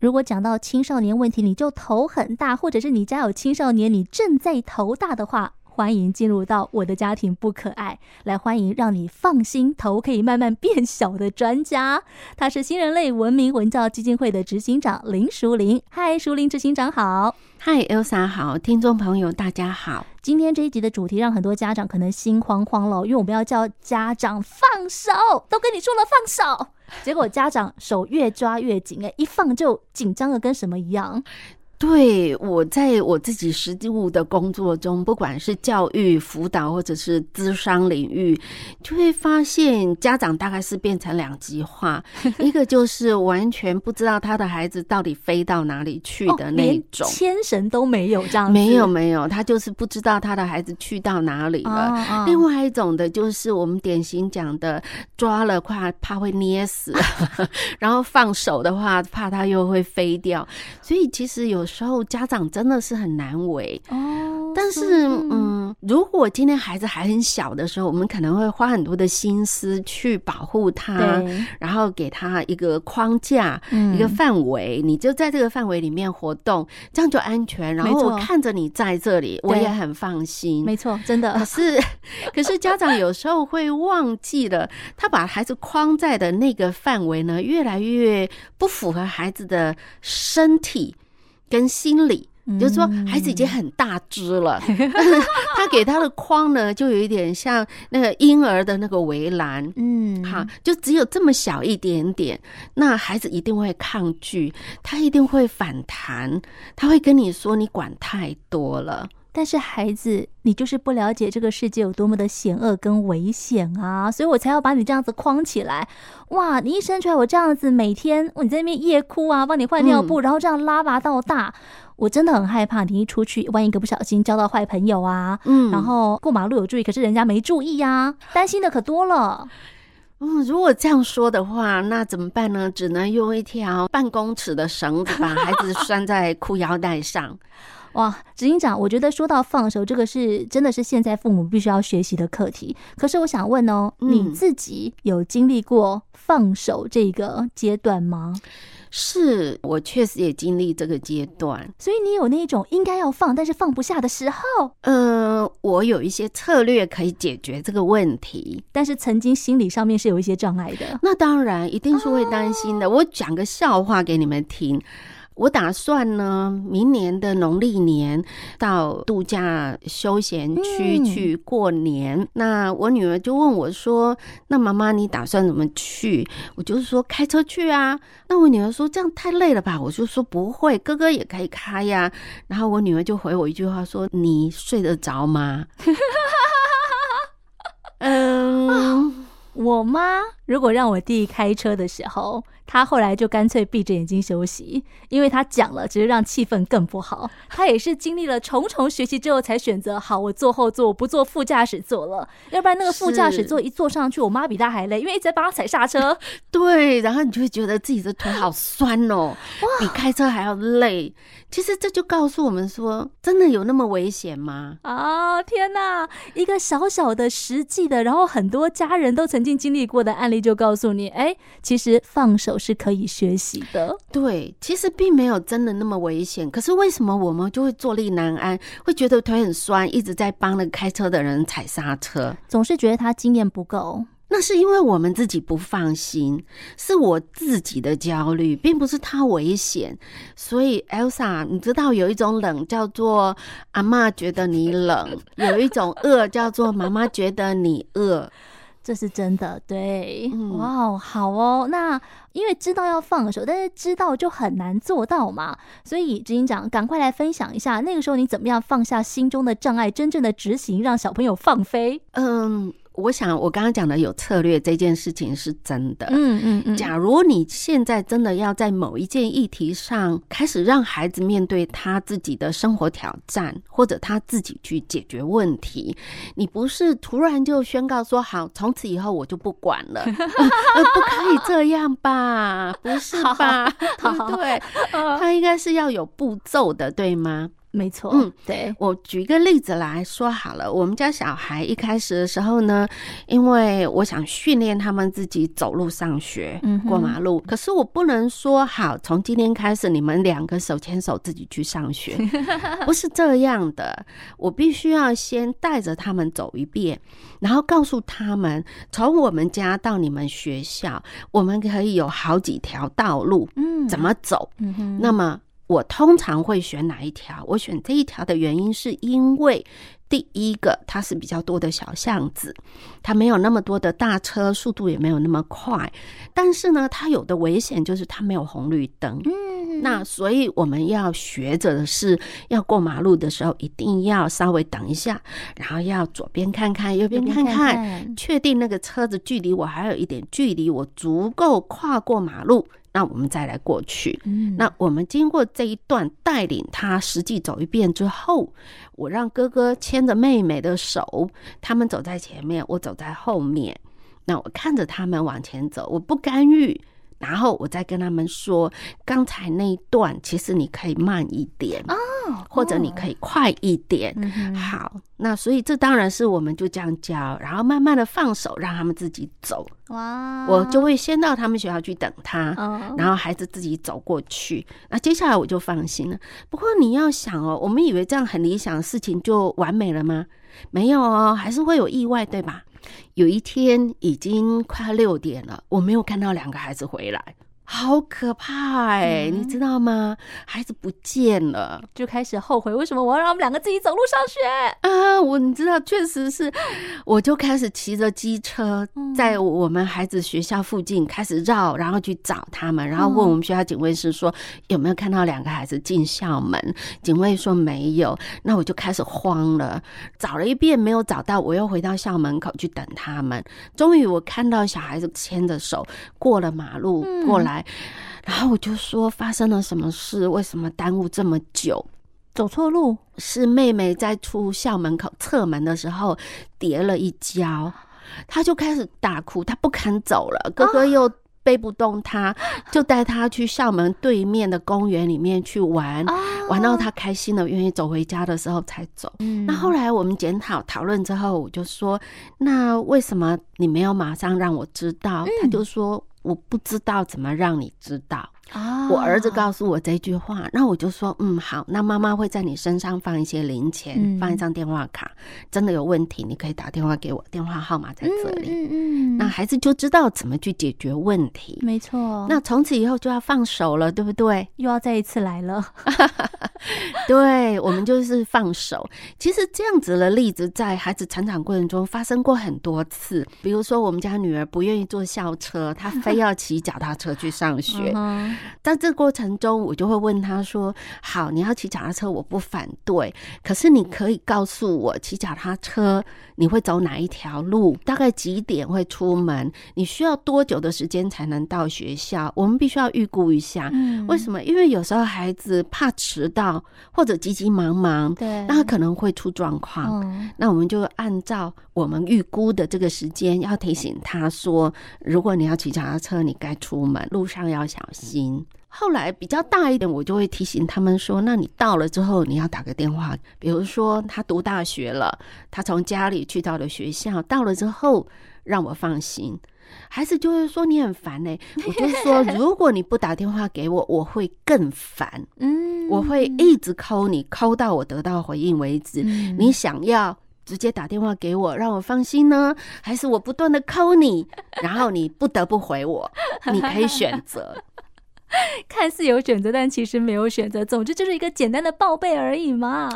如果讲到青少年问题，你就头很大，或者是你家有青少年，你正在头大的话，欢迎进入到我的家庭不可爱，来欢迎让你放心头可以慢慢变小的专家， 他是新人类文明文教基金会的执行长林淑玲。嗨，淑玲执行长好。嗨，Elsa 好，听众朋友大家好。今天这一集的主题让很多家长可能心慌慌了，因为我们要叫家长放手，都跟你说了放手，结果家长手越抓越紧，哎，一放就紧张的跟什么一样。对，我在我自己实务的工作中，不管是教育辅导或者是咨商领域，就会发现家长大概是变成两极化，一个就是完全不知道他的孩子到底飞到哪里去的那种，牵、哦、绳都没有这样子，没有没有，他就是不知道他的孩子去到哪里了。啊哦哦另外一种的就是我们典型讲的，抓了怕怕会捏 死，然后放手的话怕他又会飞掉，所以其实有。时候家长真的是很难为哦，但是嗯，如果今天孩子还很小的时候，我们可能会花很多的心思去保护他，然后给他一个框架、嗯嗯、一个范围，你就在这个范围里面活动，这样就安全。然后我看着你在这里，我也很放心。没错，真的。可是， 可是家长有时候会忘记了，他把孩子框在的那个范围呢，越来越不符合孩子的身体。跟心理，嗯就是说孩子已经很大只了， 嗯、他给他的框呢，就有一点像那个婴儿的那个围栏，嗯，好，就只有这么小一点点，那孩子一定会抗拒，他一定会反弹，他会跟你说你管太多了。但是孩子，你就是不了解这个世界有多么的险恶跟危险啊，所以我才要把你这样子框起来。哇，你一生出来，我这样子每天你在那边夜哭啊，帮你换尿布，嗯、然后这样拉拔到大，我真的很害怕。你一出去，万一个不小心交到坏朋友啊，嗯，然后过马路有注意，可是人家没注意呀、啊，担心的可多了。嗯，如果这样说的话，那怎么办呢？只能用一条半公尺的绳子把孩子拴在裤腰带上。哇，执行长，我觉得说到放手，这个是真的是现在父母必须要学习的课题。可是我想问哦，嗯、你自己有经历过放手这个阶段吗？是我确实也经历这个阶段，所以你有那种应该要放但是放不下的时候。呃，我有一些策略可以解决这个问题，但是曾经心理上面是有一些障碍的。那当然，一定是会担心的。哦、我讲个笑话给你们听。我打算呢，明年的农历年到度假休闲区去过年。嗯、那我女儿就问我说：“那妈妈，你打算怎么去？”我就是说开车去啊。那我女儿说：“这样太累了吧？”我就说：“不会，哥哥也可以开呀、啊。”然后我女儿就回我一句话说：“你睡得着吗？” 嗯。我妈如果让我弟开车的时候，她后来就干脆闭着眼睛休息，因为她讲了，只是让气氛更不好。她也是经历了重重学习之后，才选择好，我坐后座，我不坐副驾驶座了，要不然那个副驾驶座一坐上去，我妈比她还累，因为一直在帮她踩刹车。对，然后你就会觉得自己的腿好酸哦，比开车还要累。其实这就告诉我们说，真的有那么危险吗？啊、哦，天哪！一个小小的实际的，然后很多家人都曾。曾经经历过的案例就告诉你，哎，其实放手是可以学习的。对，其实并没有真的那么危险。可是为什么我们就会坐立难安，会觉得腿很酸，一直在帮那个开车的人踩刹车，总是觉得他经验不够。那是因为我们自己不放心，是我自己的焦虑，并不是他危险。所以，Elsa，你知道有一种冷叫做阿妈觉得你冷，有一种饿叫做妈妈觉得你饿。这是真的，对，哇、嗯，wow, 好哦。那因为知道要放手，但是知道就很难做到嘛。所以执行长，赶快来分享一下，那个时候你怎么样放下心中的障碍，真正的执行，让小朋友放飞？嗯，我想我刚刚讲的有策略这件事情是真的。嗯嗯嗯。假如你现在真的要在某一件议题上开始让孩子面对他自己的生活挑战，或者他自己去解决问题，你不是突然就宣告说好，从此以后我就不管 了， 呃呃、不可以这样吧？不是吧？ 好好好 对，他应该是要有步骤的，对吗？没错，嗯，对，我举一个例子来说好了，我们家小孩一开始的时候呢，因为我想训练他们自己走路上学、嗯哼过马路，可是我不能说好，从今天开始你们两个手牵手自己去 上学，不是这样的，我必须要先带着他们走一遍，然后告诉他们，从我们家到你们学校，我们可以有好几条道路，嗯，怎？么走，嗯哼，那么我通常会选哪一条？我选这一条的原因是因为。第一个，它是比较多的小巷子，它没有那么多的大车，速度也没有那么快。但是呢，它有的危险就是它没有红绿灯。嗯，那所以我们要学着的是，要过马路的时候一定要稍微等一下，然后要左边看看，右边看看，看，嗯确定那个车子距离我还有一点距离，我足够跨过马路，那我们再来过去。嗯，那我们经过这一段带领他实际走一遍之后，我让哥哥牵着妹妹的手，他们走在前面，我走在后面。那我看着他们往前走，我不干预，然后我再跟他们说，刚才那一段其实你可以慢一点，哦或者你可以快一点。嗯哼好，那所以这当然是我们就这样教，然后慢慢的放手，让他们自己走。哇，我就会先到他们学校去等他，哦，然后孩子自己走过去，那接下来我就放心了。不过你要想哦，我们以为这样很理想的事情就完美了吗？没有哦，还是会有意外，对吧？有一天已经快要六点了，我没有看到两个孩子回来，好可怕哎、嗯你知道吗？孩子不见了。就开始后悔，为什么我要让他们两个自己走路上学？啊，我你知道，确实是，我就开始骑着机车嗯，在我们孩子学校附近开始绕，然后去找他们，然后嗯问我们学校警卫室说有没有看到两个孩子进校门，警卫说没有，那我就开始慌了，找了一遍没有找到，我又回到校门口去等他们，终于我看到小孩子牵着手过了马路嗯过来，然后我就说发生了什么事，为什么耽误这么久？走错路，是妹妹在出校门口侧门的时候跌了一跤，她就开始大哭，她不肯走了，哥哥又背不动她，就带她去校门对面的公园里面去玩，啊玩到她开心了，愿意走回家的时候才走。嗯那后来我们检讨讨论之后，我就说，那为什么你没有马上让我知道？她就说我不知道怎么让你知道。啊，我儿子告诉我这句话，那我就说，嗯，好，那妈妈会在你身上放一些零钱，嗯放一张电话卡，真的有问题你可以打电话给我，电话号码在这里。嗯嗯嗯，嗯那孩子就知道怎么去解决问题。没错，那从此以后就要放手了，对不对？ 又要再一次来了，对，我们就是放手。其实这样子的例子在孩子成长过程中发生过很多次。比如说，我们家女儿不愿意坐校车，她非要骑脚踏车去上学。嗯哼在这过程中，我就会问他说：“好，你要骑脚踏车，我不反对，可是你可以告诉我，骑脚踏车你会走哪一条路，大概几点会出门，你需要多久的时间才能到学校？我们必须要预估一下。嗯，为什么？因为有时候孩子怕迟到或者急急忙忙，对，那他可能会出状况。嗯那我们就按照我们预估的这个时间，要提醒他说，如果你要骑脚踏车，你该出门，路上要小心。后来比较大一点，我就会提醒他们说，那你到了之后，你要打个电话。比如说他读大学了，他从家里去到了学校，到了之后让我放心。孩子就会说你很烦呢、欸我就说如果你不打电话给我，我会更烦，嗯，我会一直抠你，抠到我得到回应为止。嗯你想要直接打电话给我让我放心呢，还是我不断的 call 你，然后你不得不回我？你可以选择。看似有选择，但其实没有选择，总之就是一个简单的报备而已嘛。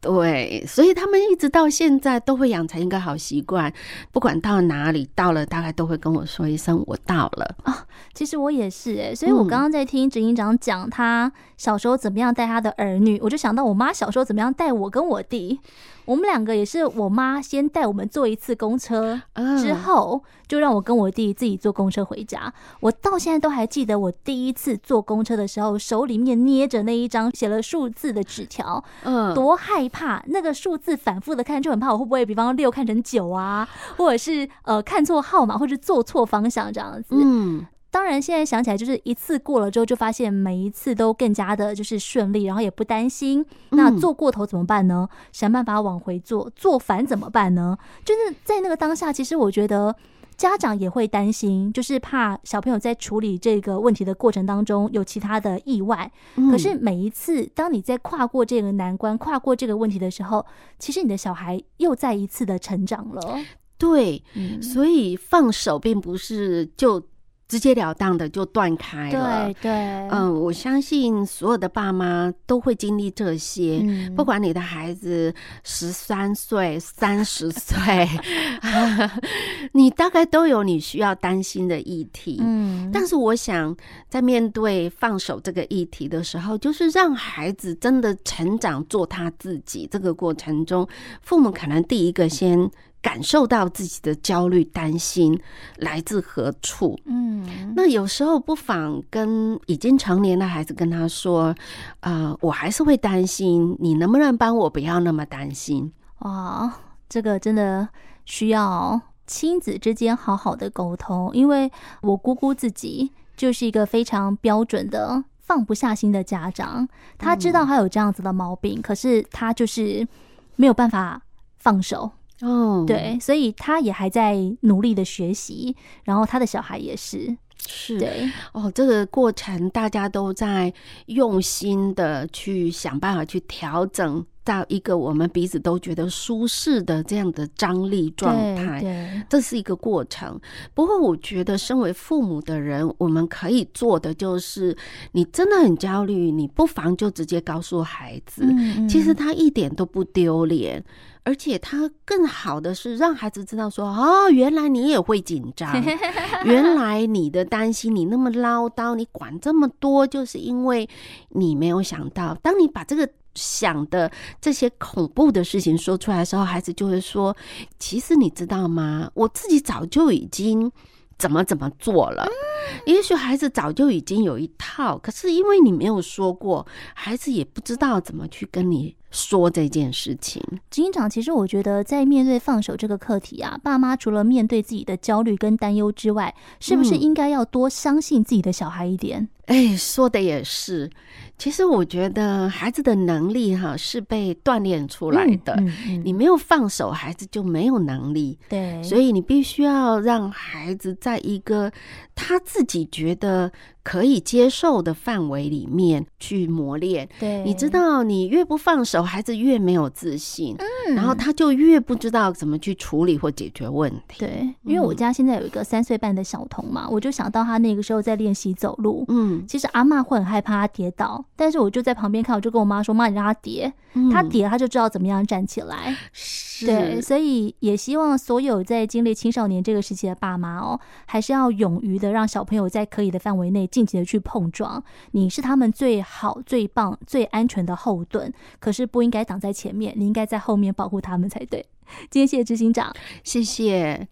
对，所以他们一直到现在都会养成一个好习惯，不管到哪里，到了大概都会跟我说一声“我到了 其实我也是哎、所以我刚刚在听执行长讲他小时候怎么样带他的儿女，我就想到我妈小时候怎么样带我跟我弟，我们两个也是我妈先带我们坐一次公车，”嗯。之后就让我跟我弟自己坐公车回家。我到现在都还记得我第一次坐公车的时候，手里面捏着那一张写了数字的纸条，嗯，多害怕！那个数字反复的看，就很怕我会不会，比方说 六看成九啊，或者是呃看错号码，或者坐错方向这样子。嗯，当然，现在想起来就是一次过了之后，就发现每一次都更加的就是顺利，然后也不担心。嗯那做过头怎么办呢？想办法往回做，做反怎么办呢？就是在那个当下，其实我觉得家长也会担心，就是怕小朋友在处理这个问题的过程当中有其他的意外。嗯可是每一次，当你在跨过这个难关、跨过这个问题的时候，其实你的小孩又再一次的成长了。哦对，嗯，所以放手并不是就直截了当的就断开了对。对，嗯，我相信所有的爸妈都会经历这些。嗯不管你的孩子十三岁、三十岁， 你大概都有你需要担心的议题。嗯，但是我想，在面对放手这个议题的时候，就是让孩子真的成长，做他自己。这个过程中，父母可能第一个先感受到自己的焦虑、担心来自何处。嗯，那有时候不妨跟已经成年的孩子跟他说，呃，我还是会担心，你能不能帮我不要那么担心？哇，这个真的需要亲子之间好好的沟通，因为我姑姑自己就是一个非常标准的放不下心的家长，她知嗯道她有这样子的毛病，可是她就是没有办法放手，哦，对，所以她也还在努力的学习，然后她的小孩也是，是对，哦，这个过程大家都在用心的去想办法去调整到一个我们彼此都觉得舒适的这样的张力状对态。对，这是一个过程，不过我觉得身为父母的人，我们可以做的就是，你真的很焦虑，你不妨就直接告诉孩子，嗯其实嗯他一点都不丢脸，而且他更好的是让孩子知道说，哦，原来你也会紧张，原来你的担心，你那么唠叨，你管这么多，就是因为你没有想到，当你把这个。想的这些恐怖的事情说出来的时候，孩子就会说：“其实你知道吗？我自己早就已经怎么怎么做了。也许孩子早就已经有一套，可是因为你没有说过，孩子也不知道怎么去跟你说这件事情。执行长，其实我觉得在面对放手这个课题啊，爸妈除了面对自己的焦虑跟担忧之外，是不是嗯应该要多相信自己的小孩一点？哎，说的也是。其实我觉得孩子的能力哈、是被锻炼出来的。嗯嗯你没有放手，孩子就没有能力，对，所以以你必须要让孩子在一个他自己觉得可以接受的范围里面去磨练。对，你知，道，你越不放手，孩子越没有自信，嗯然后他就越不知道怎么去处理或解决问题。，对，因为我家现在有一个三岁半的小童嘛，我就想到他那个时候在练习走路。嗯，其实阿嬷会很害怕他跌倒，但是我就在旁边看，我就跟我妈说：“妈，你让他跌，他嗯跌了他就知道怎么样站起来。”是对，所以也希望所有在经历青少年这个时期的爸妈哦，还是要勇于的让小朋友在可以的范围内尽情的去碰撞。你是他们最好、最棒、最安全的后盾，可是不应 该挡在前面，你应该在后面保护他们才对。今天谢谢执行长，谢谢。